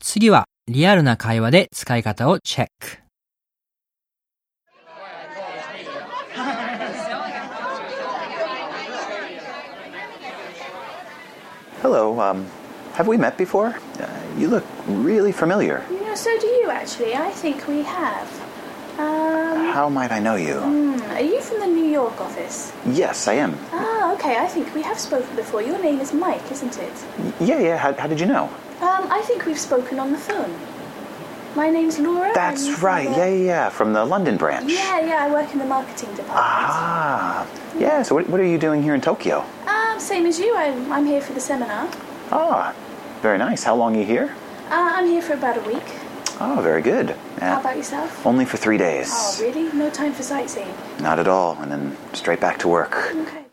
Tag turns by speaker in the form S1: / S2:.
S1: 次はリアルな会話で使い方をチェック。
S2: Hello. Um, have we met before? Uh, you look really familiar.
S3: You know, so do you actually. I think we have. Um,
S2: How might I know you?
S3: hmm, are you from the New York office?
S2: Yes, I am.
S3: Ah, okay, I think we have spoken before. Your name is Mike, isn't it?
S2: Y- Yeah, yeah. How, how did you know?
S3: Um, I think we've spoken on the phone. My name's Laura. I'm
S2: That's
S3: from
S2: right.
S3: the-
S2: Yeah, yeah, yeah. From the London branch.
S3: Yeah, yeah, I work in the marketing department.
S2: Ah. Yeah. So what, what are you doing here in Tokyo?
S3: Um, same as you, I'm, I'm here for the seminar.
S2: Ah. Very nice. How long are you here?
S3: Uh, I'm here for about a week.
S2: Oh, very good.
S3: How
S2: Uh,
S3: about yourself?
S2: only for three days.
S3: Oh, really? No time for sightseeing.
S2: Not at all. And then straight back to work.
S3: Okay.